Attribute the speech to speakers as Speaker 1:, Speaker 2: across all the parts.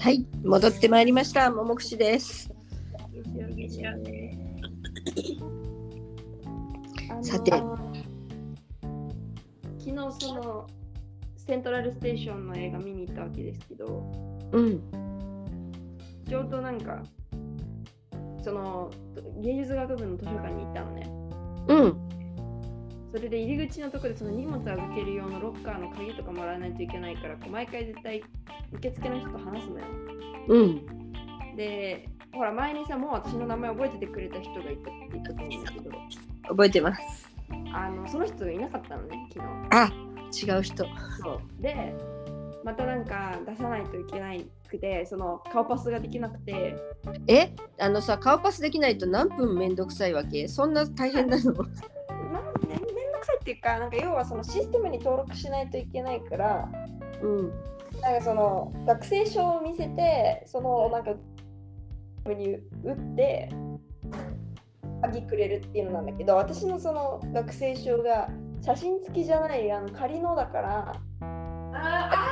Speaker 1: はい、戻ってまいりました。ももくしです。
Speaker 2: ゲシャゲシャで
Speaker 1: さて
Speaker 2: あのー昨日そのセントラルステーションの映画見に行ったわけですけど
Speaker 1: うん、
Speaker 2: ちょうどなんかその芸術学部の図書館に行ったのね
Speaker 1: うん、
Speaker 2: それで入り口のところでその荷物預ける用のロッカーの鍵とかもらわないといけないからこう毎回絶対受付の人と話すのよ
Speaker 1: うん、
Speaker 2: でほら前にさもう私の名前覚えててくれた人がいたいたと思うんだけど
Speaker 1: 覚えてます。
Speaker 2: あのその人がいなかったのね昨日
Speaker 1: あ、違う人。
Speaker 2: そうでまたなんか出さないといけなくてその顔パスができなくて
Speaker 1: え、あのさ、顔パスできないと何分めんどくさいわけそんな大変なの
Speaker 2: なんめんめんどくさいっていうかなんか要はそのシステムに登録しないといけないから
Speaker 1: うん。
Speaker 2: なんかその学生証を見せてそのなんかに打って鍵くれるっていうのなんだけど私のその学生証が写真付きじゃないあの仮のだから
Speaker 3: あ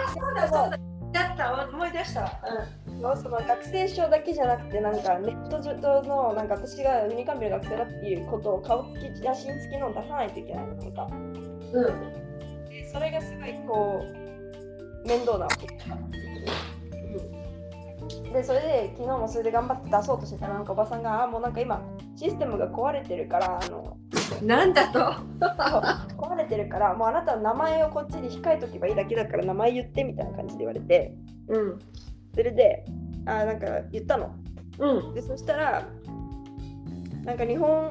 Speaker 3: あ、そうだそうだ。だった、思い出した。
Speaker 2: そうその学生証だけじゃなくてなんかネット上のなんか私がウニカンベル学生だっていうことを顔つき写真付きのを出さないといけないのなんか
Speaker 3: うん。
Speaker 2: でそれがすごいこう面倒なわけでそれで昨日もそれで頑張って出そうとしてたらなんかおばさんがあーもうなんか今システムが壊れてるからあの
Speaker 3: うん。なんだと。
Speaker 2: 壊れてるからもうあなたの名前をこっちに控えとけばいいだけだから名前言ってみたいな感じで言われて
Speaker 3: うん。
Speaker 2: それであーなんか言ったの
Speaker 3: うん。
Speaker 2: でそしたらなんか日本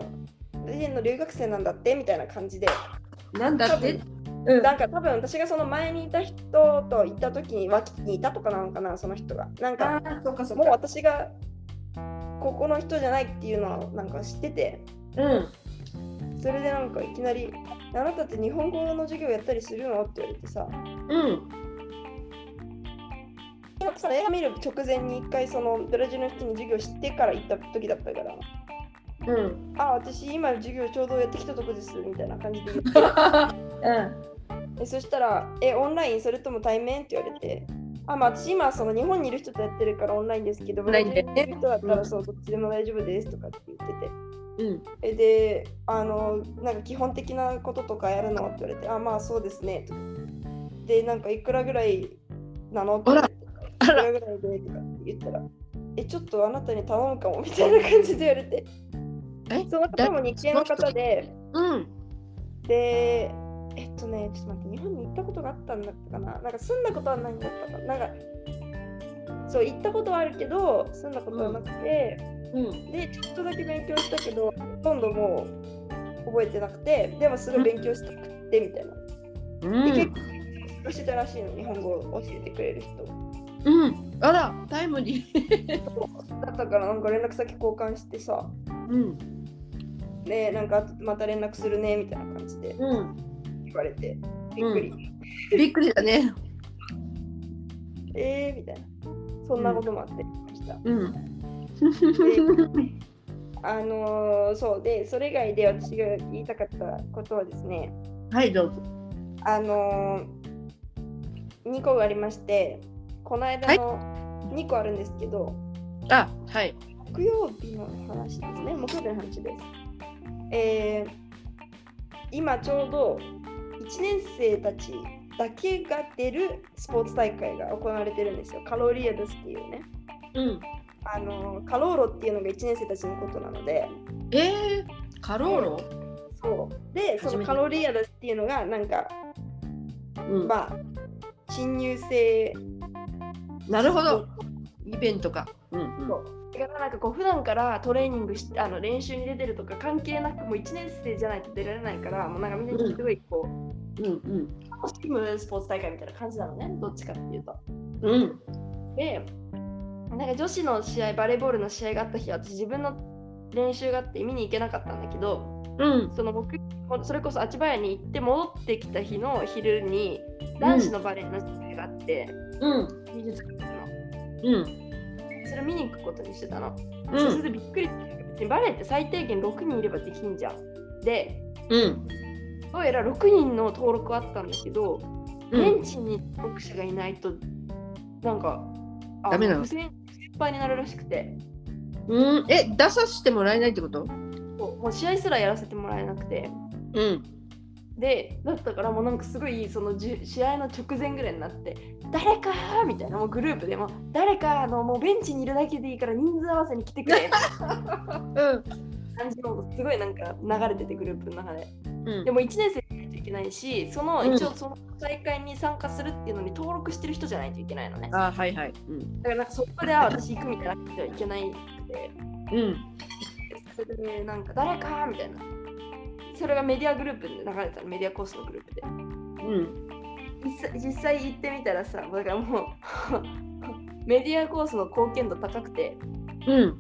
Speaker 2: 人の留学生なんだってみたいな感じで
Speaker 3: なんだって。う
Speaker 2: なんか多分私がその前にいた人と行った時に脇にいたとかなのかなその人がなん
Speaker 3: あ
Speaker 2: か
Speaker 3: あ、そうかそう
Speaker 2: もう
Speaker 3: か。
Speaker 2: 私がここの人じゃないっていうのをなんか知ってて
Speaker 3: うん。
Speaker 2: それでなんかいきなり「あなたって日本語の授業やったりするの?」って言われてさ
Speaker 3: うん。
Speaker 2: その映画見る直前に一回そのブラジルの人に授業してから行った時だったから
Speaker 3: うん。
Speaker 2: 「あ私今授業ちょうどやってきたとこです」みたいな感じで言っ
Speaker 3: う
Speaker 2: て
Speaker 3: ん。
Speaker 2: でそしたら「えオンラインそれとも対面?」って言われて「あまあ私今その日本にいる人とやってるからオンラインですけど
Speaker 1: ンラインでね
Speaker 2: ブラジルにいる人だったらそうどっちでも大丈夫です」とかって言ってて
Speaker 1: うん。
Speaker 2: えであのなんか基本的なこととかやるのって言われて「あまあそうですね」とかでなんかいくらぐらいなのって言われて「い
Speaker 1: あ
Speaker 2: く
Speaker 1: ら
Speaker 2: らぐらいで」とかって言ったら「えちょっとあなたに頼むかも」みたいな感じで言われて
Speaker 1: え
Speaker 2: その方も日系の方で。
Speaker 1: うん。
Speaker 2: で、えっとね、ちょっと待って、日本に行ったことがあったんだったかな。なんか住んだことはないんだったかな。なんか、そう、行ったことはあるけど、住んだことはなくて、
Speaker 1: うん。
Speaker 2: で、ちょっとだけ勉強したけど、ほとんどもう覚えてなくて、でもすごい勉強したくて、みたいな。
Speaker 1: う
Speaker 2: で、結
Speaker 1: ん。
Speaker 2: 構勉強してたらしいの、日本語を教えてくれる人。
Speaker 1: うん。あら、タイムリー。
Speaker 2: だったから、なんか連絡先交換してさ、
Speaker 1: うん。
Speaker 2: ね、なんかまた連絡するね、みたいな感じで
Speaker 1: うん。
Speaker 2: 言われて、びっくり。
Speaker 1: びっくりだね。
Speaker 2: えー、みたいな。そんなこともあってました。
Speaker 1: うん。
Speaker 2: であのーそうでそれ以外で私が言いたかったことはですね
Speaker 1: はい、どうぞ。
Speaker 2: あのー、2個がありましてこの間の2個あるんですけど、
Speaker 1: あ、はい。
Speaker 2: 木曜日の話ですね木曜日の話ですえー、今ちょうど1年生たちだけが出るスポーツ大会が行われてるんですよカロリアですっていうね
Speaker 1: うん。
Speaker 2: あのーカローロっていうのが1年生たちのことなので
Speaker 1: えー、カローロ
Speaker 2: そうで
Speaker 1: 初めて
Speaker 2: そのカロリーアですっていうのがなんか、
Speaker 1: うん。
Speaker 2: まあ新入生
Speaker 1: なるほど。イベントか。うん、うん
Speaker 2: そ。てかなんかこう普段からトレーニングしあの練習に出てるとか関係なくもう1年生じゃないと出られないからもうなんかみんなにすごいこう
Speaker 1: うん
Speaker 2: 楽しむスポーツ大会みたいな感じなのねどっちかっていうと
Speaker 1: うん。うん。
Speaker 2: でなんか女子の試合バレーボールの試合があった日私自分の練習があって見に行けなかったんだけど、
Speaker 1: うん。
Speaker 2: その僕それこそ足早に行って戻ってきた日の昼に男子のバレエの試合があって、
Speaker 1: うん。
Speaker 2: 美術館の
Speaker 1: うん。
Speaker 2: それを見に行くことにしてたの、
Speaker 1: う
Speaker 2: そうす
Speaker 1: ん。
Speaker 2: るとびっくりして別にバレエって最低限6人いればできんじゃんで
Speaker 1: うん。
Speaker 2: どうやら6人の登録はあったんだけど、
Speaker 1: うん。
Speaker 2: 現地に登録者がいないとなんかあ
Speaker 1: ダメなの
Speaker 2: 不戦不戦敗になるらしくて、
Speaker 1: うん、え、出させてもらえないってこと
Speaker 2: そうもう試合すらやらせてもらえなくて、
Speaker 1: うん。
Speaker 2: で、だったからもうなんかすごいそのじゅ試合の直前ぐらいになって、誰かーみたいな、もうグループでも、誰かあのもうベンチにいるだけでいいから人数合わせに来てくれって
Speaker 1: うん。
Speaker 2: 感じの、すごいなんか流れてて、グループの中で。
Speaker 1: うん
Speaker 2: で、も1年生じゃないといけないし、その
Speaker 1: うん
Speaker 2: 一応その大会に参加するっていうのに登録してる人じゃないといけないのね。だか
Speaker 1: あ、はいはい。うん。
Speaker 2: らなんかそこでは私行くみたいな人はいけないくて。
Speaker 1: うん。
Speaker 2: それでなんか誰かーみたいな。それがメディアグループで流れたのメディアコースのグループで。
Speaker 1: うん。
Speaker 2: 実際実際行ってみたらさ、だからもう メディアコースの貢献度高くて、
Speaker 1: うん。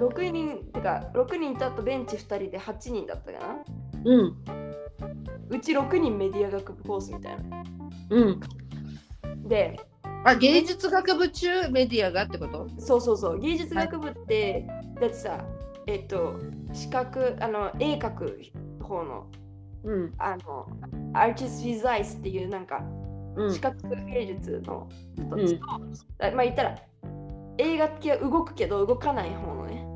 Speaker 2: 6人てか6人とあとベンチ2人で8人だったかな。
Speaker 1: うん。
Speaker 2: うち6人メディア学部コースみたいな。
Speaker 1: うん。
Speaker 2: で、
Speaker 1: あ、芸術学部中メディアがってこと
Speaker 2: そうそうそう、芸術学部って、だってさ、えっと、視覚、あの、絵描く方の、
Speaker 1: うん。
Speaker 2: あの、アーティス・ィザイスっていうなんか、
Speaker 1: うん
Speaker 2: 視。覚芸術の人
Speaker 1: う
Speaker 2: たち
Speaker 1: ん
Speaker 2: と、あまあ言ったら映画系は動くけど動かない方のね、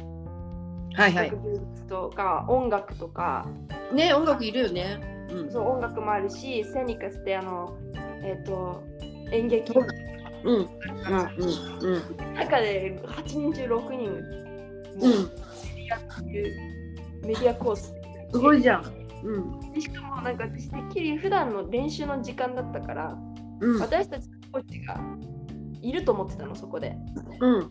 Speaker 1: はい
Speaker 2: 視
Speaker 1: はい。
Speaker 2: 覚芸術とか音楽とか
Speaker 1: ね、音楽いるよね。うん。
Speaker 2: そう音楽もあるしセニカスってあのえっ、と演劇
Speaker 1: そ
Speaker 2: の
Speaker 1: ううん。うん。うん。うん。
Speaker 2: 中で8人中6人も
Speaker 1: うん
Speaker 2: メディアっていうメディアコース
Speaker 1: すごいじゃん。うん。
Speaker 2: でしかもなんか私てっきり普段の練習の時間だったから
Speaker 1: うん。
Speaker 2: 私たちのコーチがいると思ってたのそこで。
Speaker 1: うん。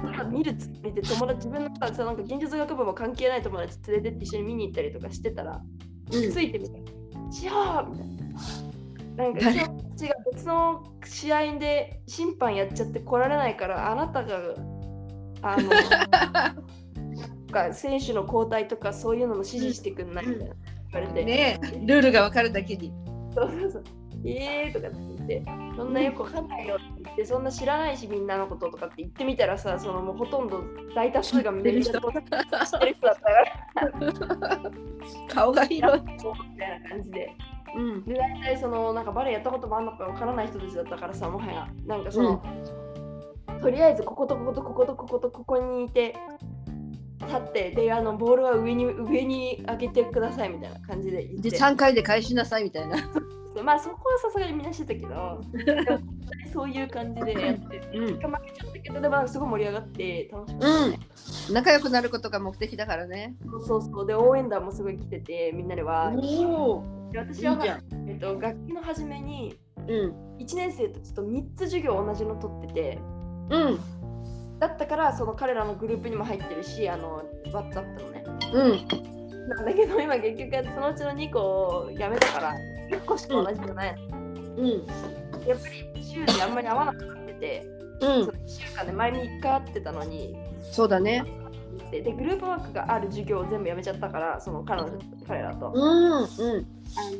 Speaker 2: ただただ見るつもりで友達自分のさなんか現実学部も関係ない友達連れてって一緒に見に行ったりとかしてたら、ついてみたら「しよう!」みたいな。なんか
Speaker 1: 誰
Speaker 2: 私が別の試合で審判やっちゃって来られないからあなたがあ のなんか選手の交代とかそういうのも指示してくんないみたいな言われて、
Speaker 1: ねルールがわかるだけに。
Speaker 2: そうそうそうえーとかって言って、そんなよくわかんないよって言って、そんな知らないしみんなのこととかって言ってみたらさ、そのもうほとんど大多数がめっちゃ知ってる人だったから、
Speaker 1: 顔が広い。
Speaker 2: そうみたいな感じで。
Speaker 1: うん。
Speaker 2: で、大体そのなんかバレエやったこともあんのかわからない人たちだったからさ、もはや、なんかその、とりあえずこことこことこことこことここにいて、立って、で、あのボールは上に上に上げてくださいみたいな感じで言って。
Speaker 1: で、3回で返しなさいみたいな。
Speaker 2: まあそこはさすがにみんなしてたけど、でも本当にそういう感じでやってて、
Speaker 1: うん。
Speaker 2: 結果負けちゃったけど、でもすごい盛り上がって楽しかった、ね。
Speaker 1: うん。仲良くなることが目的だからね。
Speaker 2: そうそうそう。で、応援団もすごい来てて、みんなでは。
Speaker 1: お。
Speaker 2: で
Speaker 1: いい
Speaker 2: 私
Speaker 1: じ
Speaker 2: は
Speaker 1: ゃん。
Speaker 2: えっと、楽器の初めに、
Speaker 1: うん。
Speaker 2: 1年生とちょっと3つ授業同じの取ってて、
Speaker 1: うん。
Speaker 2: だったからその彼らのグループにも入ってるし、あの、バッツあったのね。
Speaker 1: うん。
Speaker 2: なんだけど、今結局そのうちの2個をやめたから、1個しか同じじゃない。
Speaker 1: うん。
Speaker 2: 週であんまり合わなくなってて、
Speaker 1: う
Speaker 2: そ
Speaker 1: ん
Speaker 2: の。1週間で前に1回会ってたのに、
Speaker 1: そうだね。
Speaker 2: ででグループワークがある授業を全部やめちゃったからその彼女彼らと、
Speaker 1: うん。うん。
Speaker 2: あ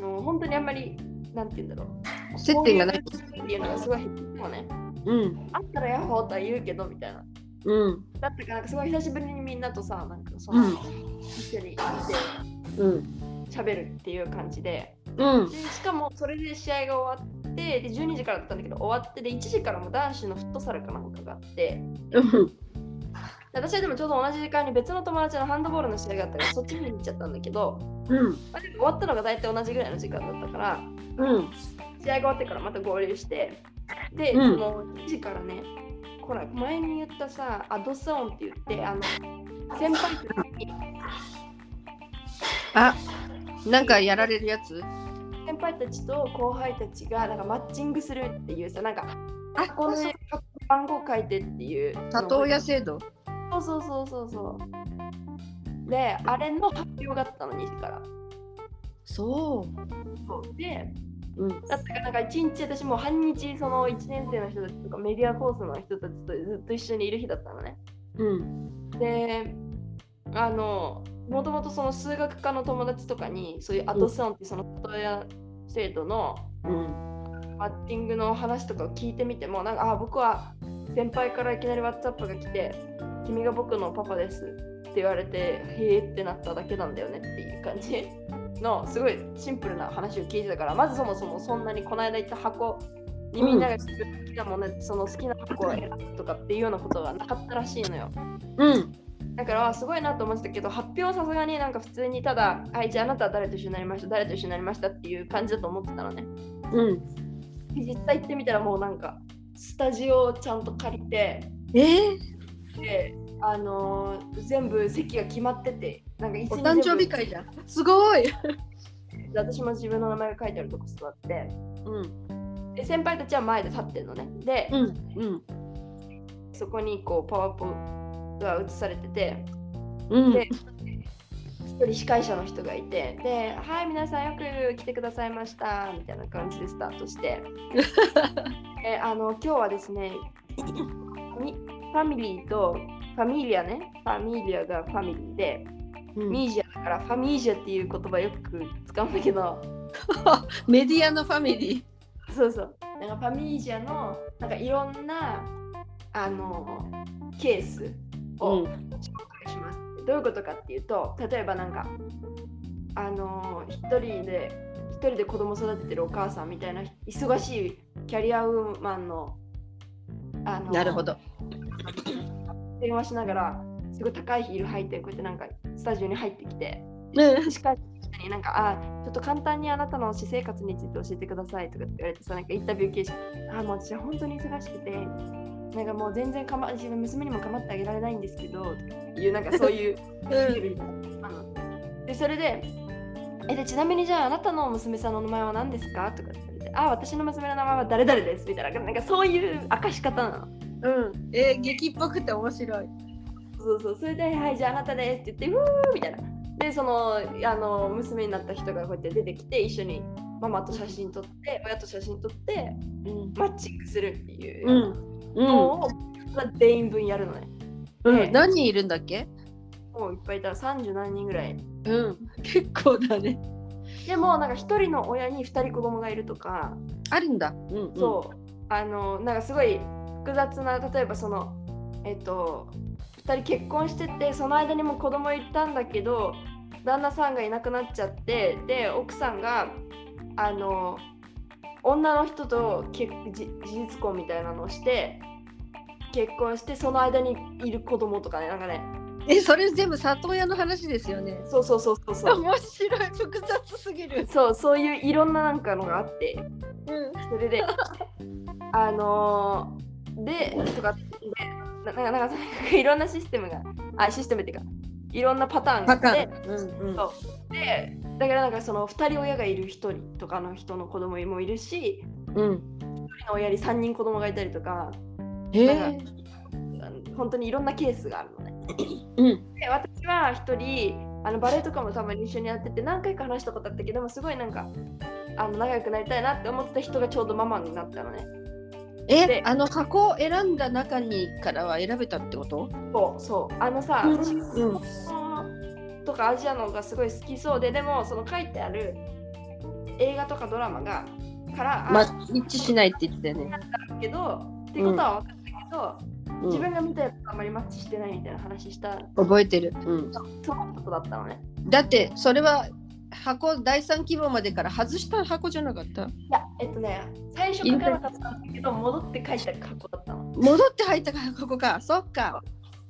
Speaker 2: の本当にあんまりなんて言うんだろ
Speaker 1: 接
Speaker 2: う
Speaker 1: 点がない。
Speaker 2: こういうっていうのがすごい減ってもね
Speaker 1: うん。
Speaker 2: あったらやっほーとは言うけどみたいな
Speaker 1: うん。
Speaker 2: だったからなんかすごい久しぶりにみんなとさなんかその、
Speaker 1: うん
Speaker 2: 一緒に
Speaker 1: うん。
Speaker 2: しゃべるっていう感じで
Speaker 1: うん
Speaker 2: で。しかもそれで試合が終わってで12時からだったんだけど終わってで1時からも男子のフットサルかなんかがあって
Speaker 1: うん。
Speaker 2: で私はでもちょうど同じ時間に別の友達のハンドボールの試合があったからそっち見に行っちゃったんだけど
Speaker 1: うん。
Speaker 2: まあでも終わったのが大体同じぐらいの時間だったから
Speaker 1: うん。
Speaker 2: 試合が終わってからまた合流してで、
Speaker 1: うん
Speaker 2: もう2時からねほら前に言ったさアドサオンって言ってあの先輩たちに
Speaker 1: あ、なんかやられるやつ
Speaker 2: 先輩たちと後輩たちがなんかマッチングするっていうさなんか
Speaker 1: あ
Speaker 2: 箱の番号書いてっていう
Speaker 1: 里親制度。
Speaker 2: そうそうそうそうそうであれの発表があったの2時から
Speaker 1: そ
Speaker 2: そうで
Speaker 1: う。うん。
Speaker 2: だったからなんか一日私もう半日その1年生の人たちとかメディアコースの人たちとずっと一緒にいる日だったのね。
Speaker 1: うん。
Speaker 2: であのもともとその数学科の友達とかにそういうアドサンっていうその里親制度の
Speaker 1: うん。
Speaker 2: バッティングの話とかを聞いてみてもなんかあ僕は先輩からいきなり WhatsApp が来て「君が僕のパパです」って言われて「へえ」ってなっただけなんだよねっていう感じのすごいシンプルな話を聞いてたからまずそもそもそんなにこの間行った箱でみんなが自分の好きなもの、その好きな箱を選ぶとかっていうようなことはなかったらしいのよ。
Speaker 1: うん。
Speaker 2: だからあすごいなと思ってたけど発表はさすがになんか普通にただ「はいじゃああなたは誰と一緒になりました誰と一緒になりました」っていう感じだと思ってたのね
Speaker 1: うん。
Speaker 2: 実際行ってみたらもうなんかスタジオをちゃんと借りて
Speaker 1: ええ
Speaker 2: であのー全部席が決まっててなんか椅
Speaker 1: お
Speaker 2: 子に全
Speaker 1: 誕
Speaker 2: 部
Speaker 1: 生日会じゃん。すごい。
Speaker 2: で私も自分の名前が書いてあるとこ座って
Speaker 1: うん。
Speaker 2: で先輩たちは前で立ってんのねで、
Speaker 1: うん。うん。
Speaker 2: そこにこうパワーポが映されてて
Speaker 1: うん。
Speaker 2: で一人司会者の人がいてで「はい皆さんよく来てくださいました」みたいな感じでスタートしてであの今日はですねみファミリーとファミリアねファミリアがファミリーでミージアだからファミージアっていう言葉よく使うんだけど
Speaker 1: メディアのファミリー。
Speaker 2: そうそうなんかファミージアのなんかいろんなあのケースを、
Speaker 1: ん。
Speaker 2: 紹介します。どういうことかっていうと、例えばなんか、あのー一人で、一人で子供育ててるお母さんみたいな忙しいキャリアウーマンの、あのー
Speaker 1: なるほ。ど。
Speaker 2: 電話しながら、すごい高いヒール履いて、こうやってなんかスタジオに入ってきて、
Speaker 1: うん。
Speaker 2: しかになんか、あーちょっと簡単にあなたの私生活について教えてくださいとかって言われてさ、なんかインタビュー形式、あーもう私は本当に忙しくて、なんかもう全然かま、自分娘にも構ってあげられないんですけど、とかいうなんかそういう。あのでそれでえでちなみにじゃああなたの娘さんの名前は何ですかとかって言われてあ私の娘の名前は誰々ですみたいななんかそういう明かし方なの
Speaker 1: うん。えー、劇っぽくて面白い。
Speaker 2: そうそうそれではいじゃああなたですって言ってうーみたいなでそのあの娘になった人がこうやって出てきて一緒にママと写真撮って親と写真撮って
Speaker 1: うん。
Speaker 2: マッチングするっていう
Speaker 1: う。
Speaker 2: うんのを、全員分やるのね
Speaker 1: うん。何人いるんだっけ？
Speaker 2: もういっぱいいたら30何人ぐらい
Speaker 1: うん。結構だね。
Speaker 2: でもなんか一人の親に2人子供がいるとか
Speaker 1: あるんだ。うん。
Speaker 2: そう、あのなんかすごい複雑な例えばそのえっと2人結婚しててその間にも子供いたんだけど旦那さんがいなくなっちゃってで奥さんがあの女の人と結じ事実婚みたいなのをして結婚してその間にいる子供とかねなんかね
Speaker 1: うん。え、それ全部里親の話ですよね。
Speaker 2: そうそうそうそうそう
Speaker 1: 面白い。複雑すぎる。
Speaker 2: そうそういういろんななんかのがあって
Speaker 1: うん。
Speaker 2: そ れで、あのーで、とか、で、ななんか、なんか、いろんなシステムが、あ、システムっていうか、いろんなパターンがあ
Speaker 1: パタ
Speaker 2: って、
Speaker 1: ーン。うんうん。
Speaker 2: そうでだからなんかその2人親がいる1人とかの人の子供もいるし、
Speaker 1: うん。
Speaker 2: 1人の親に3人子供がいたりとか、
Speaker 1: へ
Speaker 2: なん
Speaker 1: え。
Speaker 2: あの本当にいろんなケースがあるのね。
Speaker 1: うん。
Speaker 2: で、私は1人、あのバレエとかもたまに一緒にやってて、何回か話したことあったけども、すごいなんか、あの仲良くなりたいなって思ってた人がちょうどママになったのね。
Speaker 1: え
Speaker 2: で、
Speaker 1: あの加工を選んだ中にからは選べたってこと？
Speaker 2: そうそう、あのさ、
Speaker 1: うん。
Speaker 2: とかアジアのがすごい好きそうででもその書いてある映画とかドラマがから
Speaker 1: ま
Speaker 2: あ
Speaker 1: あ一致しないって言ってたよね。
Speaker 2: るけど、ってことは分かったけど、
Speaker 1: う
Speaker 2: 自分
Speaker 1: ん、
Speaker 2: が見たやつとあんまりマッチしてないみたいな話した
Speaker 1: 覚えてる。うん。
Speaker 2: そうのことだったのね
Speaker 1: だってそれは箱第三希望までから外した箱じゃなかった
Speaker 2: いやえっとね最初書かなかったんだけど戻って書いた過去だったの
Speaker 1: 戻って入ったからここかそっか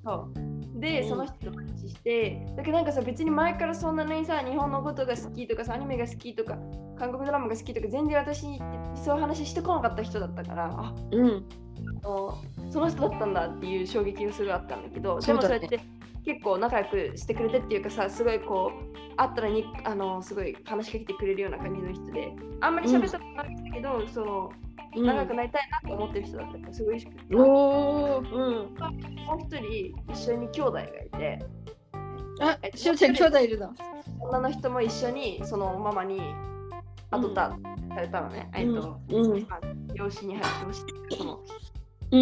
Speaker 2: そうで、
Speaker 1: うん
Speaker 2: その人とマッチしてだけどなんかさ別に前からそんなにさ日本のことが好きとかさアニメが好きとか韓国ドラマが好きとか全然私にそういう話してこなかった人だったからあ
Speaker 1: うん
Speaker 2: のその人だったんだっていう衝撃がすごいあったんだけどで
Speaker 1: そう
Speaker 2: も
Speaker 1: だ
Speaker 2: そう
Speaker 1: ね
Speaker 2: やって結構仲良くしてくれてっていうかさすごいこう会ったらにあのすごい話しかけてくれるような感じの人であんまり喋ったことないんだけど、その
Speaker 1: う
Speaker 2: 仲良く
Speaker 1: ん
Speaker 2: なりたいなと思ってる人だったからすごい嬉しくて、もう
Speaker 1: おーうん
Speaker 2: 一人一緒に兄弟がいて
Speaker 1: あしおちゃん兄弟いるの
Speaker 2: 女の人も一緒にそのママに後たされたのね、えっと、
Speaker 1: うん
Speaker 2: まあ養子に入ってほしいその
Speaker 1: う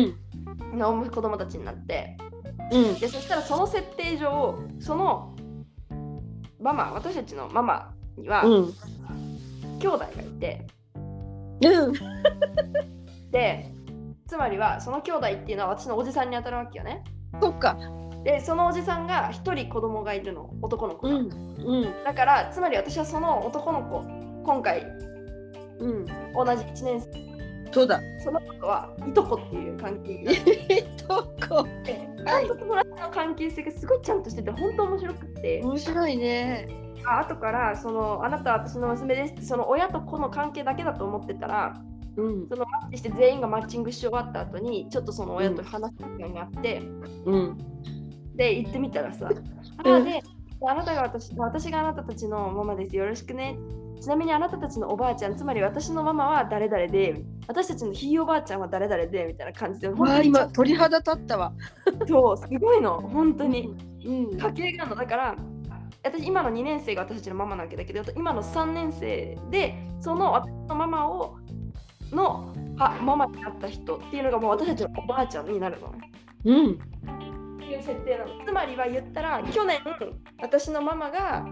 Speaker 1: ん
Speaker 2: の子供たちになって。
Speaker 1: うん
Speaker 2: でそしたらその設定上そのママ私たちのママには
Speaker 1: う
Speaker 2: 兄
Speaker 1: ん
Speaker 2: 弟がいて、
Speaker 1: うん
Speaker 2: でつまりはその兄弟っていうのは私のおじさんに当たるわけよね
Speaker 1: そっか
Speaker 2: でそのおじさんが1人子供がいるの男の子
Speaker 1: う
Speaker 2: が、
Speaker 1: んうん
Speaker 2: だからつまり私はその男の子今回
Speaker 1: うん
Speaker 2: 同じ1年生
Speaker 1: とだ。
Speaker 2: その子はいとこっていう関係が
Speaker 1: えっとこ。
Speaker 2: あと友達の関係性がすごいちゃんとしてて本当面白くって
Speaker 1: 面白いね。
Speaker 2: あ後からその「あなたは私の娘です」ってその親と子の関係だけだと思ってたら
Speaker 1: うん
Speaker 2: マッチして全員がマッチングし終わった後にちょっとその親と話す時間があって、
Speaker 1: うん
Speaker 2: で行ってみたらさ「あであなたが私私があなたたちのママですよろしくね」ちなみにあなたたちのおばあちゃんつまり私のママは誰々で私たちのひいおばあちゃんは誰々でみたいな感じで
Speaker 1: う
Speaker 2: 本
Speaker 1: わあ
Speaker 2: 当にちょ
Speaker 1: 今
Speaker 2: っ
Speaker 1: 鳥肌立ったわ。
Speaker 2: とすごいの本当に。
Speaker 1: うん。
Speaker 2: 家系があるのだから私今の2年生が私たちのママなわけだけど今の3年生でその私のママをのあママになった人っていうのがもう私たちのおばあちゃんになるのね。
Speaker 1: うん。
Speaker 2: っていう設定なのつまりは言ったら去年私のママが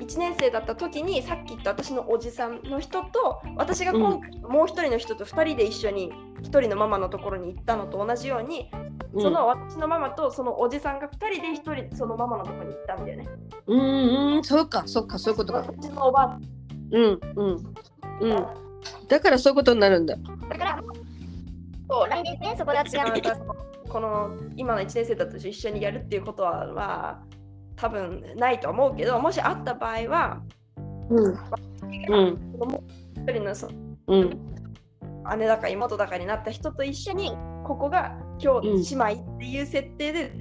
Speaker 2: 1年生だった時にさっき言った私のおじさんの人と私が今回もう一人の人と2人で一緒に1人のママのところに行ったのと同じようにその私のママとそのおじさんが2人で1人そのママのところに行ったんだよね。
Speaker 1: うんうんうんそうかそうかそういうことか。
Speaker 2: うちのおばあ
Speaker 1: うんうんうん。だからそういうことになるんだ。
Speaker 2: だから、そう来年ね、そこで私がまたこの今の1年生たちと一緒にやるっていうことは、まあ、多分ないと思うけど、もしあった場合は、
Speaker 1: うんうん
Speaker 2: 一人のそ
Speaker 1: うん
Speaker 2: 姉だか妹だかになった人と一緒に、ここが今日姉妹っていう設定で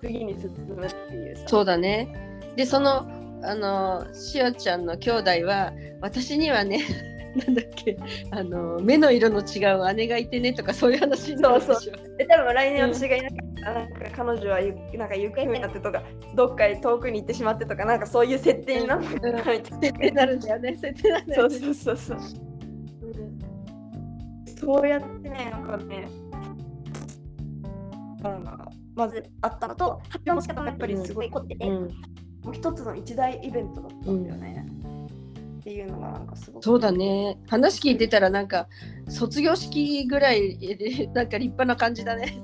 Speaker 2: 次に進むっていうさ。
Speaker 1: そうだね。でそのあのしおちゃんの兄弟は私にはね なんだっけあの目の色の違う姉がいてねとかそういう話になるでしょ。
Speaker 2: そうで多分来年私がいなかったら、なんか彼女はゆなんか行方不明になってとか、どっかへ遠くに行ってしまってとか、なんかそういう設定になるのかなみたいな。
Speaker 1: 設定になるんだよね。設定なんだ
Speaker 2: そ
Speaker 1: よ
Speaker 2: う
Speaker 1: ね。
Speaker 2: そうそうそう。そうやってね、なんかね、なんかまずあったのと、発表の仕方がやっぱりすごい凝ってて、
Speaker 1: う
Speaker 2: も
Speaker 1: ん
Speaker 2: う一つの一大イベントだったんだよね。っていうのがなんかすごく。
Speaker 1: そうだね。話聞いてたらなんか卒業式ぐらいでなんか立派な感じだね。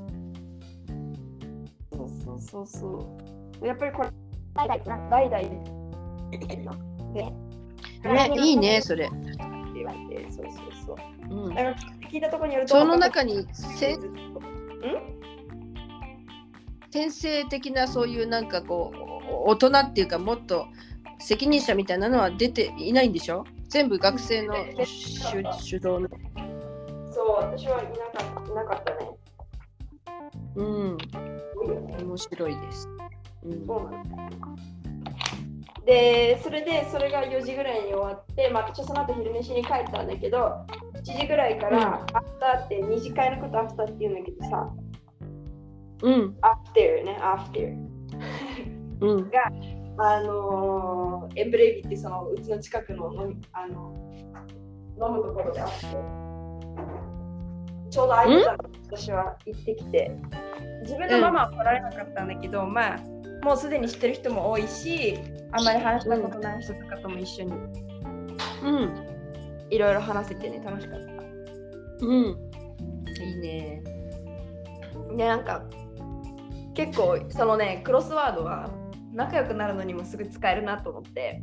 Speaker 2: そうそうそうそう。やっぱりこれ、代々、代々ね。
Speaker 1: ね、いいねそれ。
Speaker 2: って言われて、そうそうそう。
Speaker 1: うん。
Speaker 2: なんか聞いたところによると、
Speaker 1: その中にせ
Speaker 2: ん
Speaker 1: 先生的なそういうなんかこう大人っていうかもっと責任者みたいなのは出ていないんでしょ全部学生の主主導の。
Speaker 2: そう、私はいなかったいなかったね。
Speaker 1: うん、
Speaker 2: すごいよね。
Speaker 1: 面白いです。うん
Speaker 2: そうなんだで、それでそれが4時ぐらいに終わって、まあ、私はその後昼飯に帰ったんだけど、7時ぐらいか
Speaker 1: うん
Speaker 2: らアフターって、二次会のことアフターって言うんだけどさ、
Speaker 1: うん、
Speaker 2: アフターね、アフター。
Speaker 1: うん、
Speaker 2: あのーエンブレイビーってそのうちの近くの飲みあの飲むところであって、ちょうど空いてたの私は行ってきて、自分のママは来られなかったんだけど、まあ、もうすでに知ってる人も多いし、あんまり話したことない人とかとも一緒に
Speaker 1: うん、
Speaker 2: いろいろ話せてね、楽しかった。
Speaker 1: うん。いいね。
Speaker 2: で、なんか、結構、そのね、クロスワードは仲良くなるのにもすぐ使えるなと思って、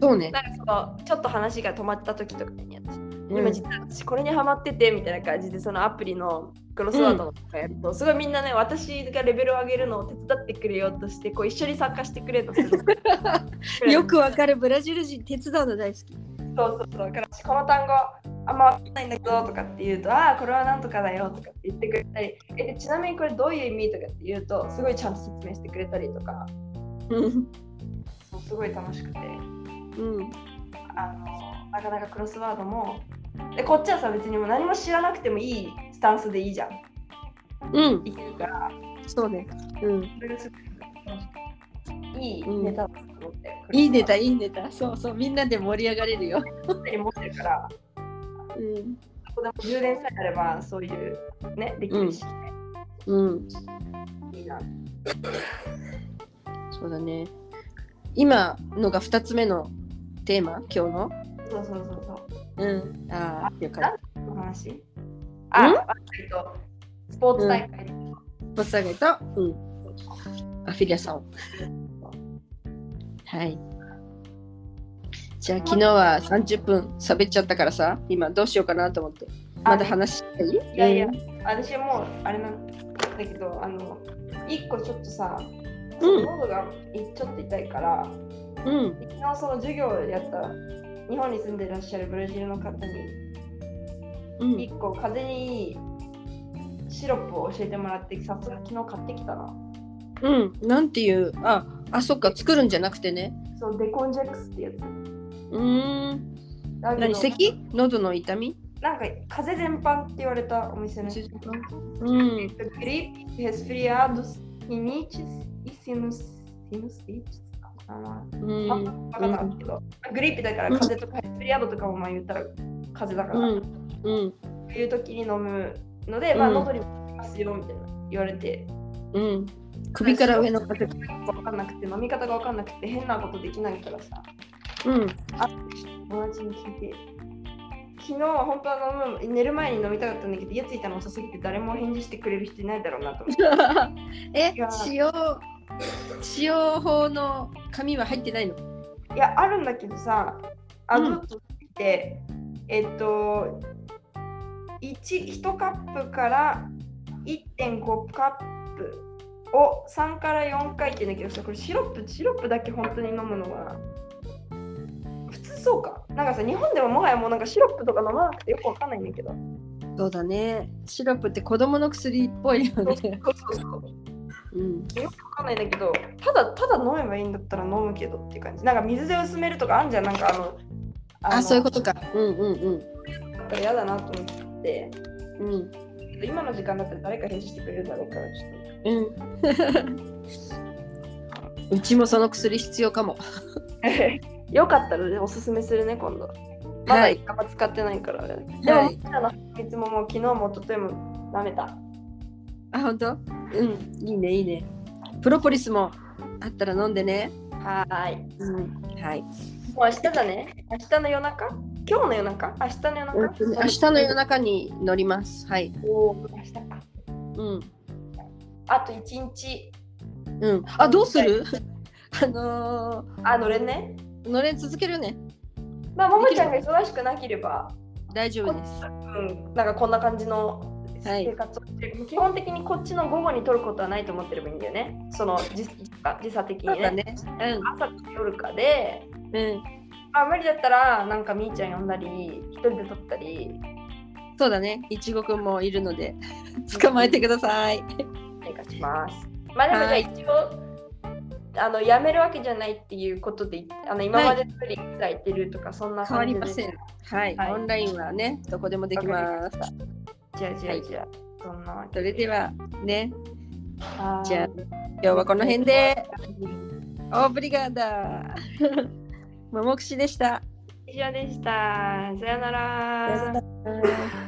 Speaker 1: そうね。
Speaker 2: なんかその、ちょっと話が止まった時とかに私
Speaker 1: うん
Speaker 2: 今実は私これにハマっててみたいな感じでそのアプリのクロスワードとかやると、すごいみんなね私がレベルを上げるのを手伝ってくれようとしてこう一緒に参加してくれるのすごく
Speaker 1: よくわかるブラジル人手伝うの大好き。
Speaker 2: そうそうそうだから私この単語あんま分かんないんだけどとかって言うとああこれはなんとかだよとかって言ってくれたりえでちなみにこれどういう意味とかって言うとすごいちゃんと説明してくれたりとか
Speaker 1: うん、
Speaker 2: そうすごい楽しくて
Speaker 1: うん、
Speaker 2: あのなかなかクロスワードもでこっちはさ別にもう何も知らなくてもいいスタンスでいいじゃん
Speaker 1: うん、
Speaker 2: いけるから。
Speaker 1: そうね。うん、
Speaker 2: いい
Speaker 1: ネ
Speaker 2: ネ
Speaker 1: タ
Speaker 2: タだと思って、
Speaker 1: いいネタ、いいネタ。そうそう、みんなで盛り上がれるよ。
Speaker 2: に持ってるから、
Speaker 1: うん、
Speaker 2: ここでも充電さえあれば、そういう、ね、できるし、
Speaker 1: うん。
Speaker 2: いいな。
Speaker 1: そうだね。今のが二つ目のテーマ、今日の。
Speaker 2: そうそうそうそう。
Speaker 1: うん。ああ、よかった。
Speaker 2: この話。あ、あと、スポーツ大会。
Speaker 1: ぼっさげと、うん。アフィリアさん。はい。じゃあ昨日は30分喋っちゃったからさ、今どうしようかなと思って。まだ話したい
Speaker 2: いやいや、私もうあれなんだけど、あの、一個ちょっとさ、
Speaker 1: うん
Speaker 2: 喉がちょっと痛いから、
Speaker 1: うん
Speaker 2: 昨日その授業をやった日本に住んでらっしゃるブラジルの方に、
Speaker 1: うん
Speaker 2: 一個風邪にいいシロップを教えてもらって、早速昨日買ってきたな。
Speaker 1: うんなんていうああそっか作るんじゃなくてね
Speaker 2: そう、デコンジェックスってやつ。
Speaker 1: うーん
Speaker 2: だけど
Speaker 1: 何咳喉の痛み
Speaker 2: なんか風邪全般って言われたお店の人。
Speaker 1: うん、
Speaker 2: gripe, resfriados, rinites e sinus, sinusites かな。
Speaker 1: うん
Speaker 2: あ、わかんなかったけど、グリープだから風邪とかレスピリアドとかもまあ言ったら風邪だから、
Speaker 1: う
Speaker 2: そ
Speaker 1: んうん
Speaker 2: ういう時に飲むので、まあ
Speaker 1: うん
Speaker 2: 喉にもきますよみたいな言われて、
Speaker 1: うん首から上の風
Speaker 2: わかんなくて飲み方がわかんなくて変なことできないからさ、
Speaker 1: うん
Speaker 2: 友達に聞いて。昨日は本当は飲む寝る前に飲みたかったんだけど家着いたの遅すぎて誰も返事してくれる人いないだろうなと思って
Speaker 1: え
Speaker 2: いや
Speaker 1: 使用使用法の紙は入ってないの
Speaker 2: いや、あるんだけどさ、ア
Speaker 1: うん
Speaker 2: ドルトって、えっと、1, 1カップから1.5カップを3から4回って言うんだけどさ、これシロップ、シロップだけ本当に飲むのが普通そうか。なんかさ、日本でももはやもうなんかシロップとか飲まなくてよくわかんないんだけど。
Speaker 1: そうだねシロップって子供の薬っぽいよね
Speaker 2: そうそうそう。わ
Speaker 1: うん
Speaker 2: かんないんだけど、ただただ飲めばいいんだったら飲むけどっていう感じ。なんか水で薄めるとかあんじゃん、なんかあの、
Speaker 1: あそういう
Speaker 2: こ
Speaker 1: ことかうんうん
Speaker 2: とだったら嫌だなと思って。
Speaker 1: うんうん
Speaker 2: 今の時間だったら誰か返事してくれるだろうから、ちょっ
Speaker 1: うん うちもその薬必要かも
Speaker 2: と。よかったら、ね、おすすめするね、今度。まだ
Speaker 1: はい
Speaker 2: 一回も使ってないから、あれだけどでも、
Speaker 1: はい
Speaker 2: あのいつももう昨日もとても舐めた。
Speaker 1: あ本当うんいいねいいねプロポリスもあったら飲んでね
Speaker 2: はーい。
Speaker 1: うんはい
Speaker 2: もう明日だね。明日の夜中今日の夜中明日の夜
Speaker 1: 明
Speaker 2: 中
Speaker 1: 日の夜中に乗りますはい
Speaker 2: おー明日か。
Speaker 1: うん
Speaker 2: あと一日。
Speaker 1: うんあどうする あの
Speaker 2: あ、乗れんね。
Speaker 1: ー、乗れ続けるね
Speaker 2: まあ、ももちゃんが忙しくなければ、
Speaker 1: 大丈夫です
Speaker 2: うん、なんかこんな感じの。
Speaker 1: はい
Speaker 2: 生活をしてる基本的にこっちの午後に取ることはないと思ってればいいんだよね。その時時差時差的に
Speaker 1: そうだ
Speaker 2: ね。
Speaker 1: ね
Speaker 2: 朝か夜かで、
Speaker 1: うんうん
Speaker 2: まあ、無理だったらなんかみーちゃん呼んだり一人で撮ったり
Speaker 1: そうだねいちごくんもいるので捕まえてください
Speaker 2: 何かします。まあでもじゃあ一応あのやめるわけじゃないっていうことであの今まで通り伝えてるとかそんな
Speaker 1: 変わ
Speaker 2: 感じ
Speaker 1: り
Speaker 2: で
Speaker 1: ませんはい、
Speaker 2: はい
Speaker 1: オンラインはねどこでもできます
Speaker 2: じゃあじゃ
Speaker 1: は
Speaker 2: あ
Speaker 1: い
Speaker 2: じゃあ、そんなわ
Speaker 1: そ
Speaker 2: け
Speaker 1: れではね
Speaker 2: はーい
Speaker 1: じゃあ今日はこの辺でオーブリガーダ ももくしでした
Speaker 2: 以上でしたさよなら。
Speaker 1: さよなら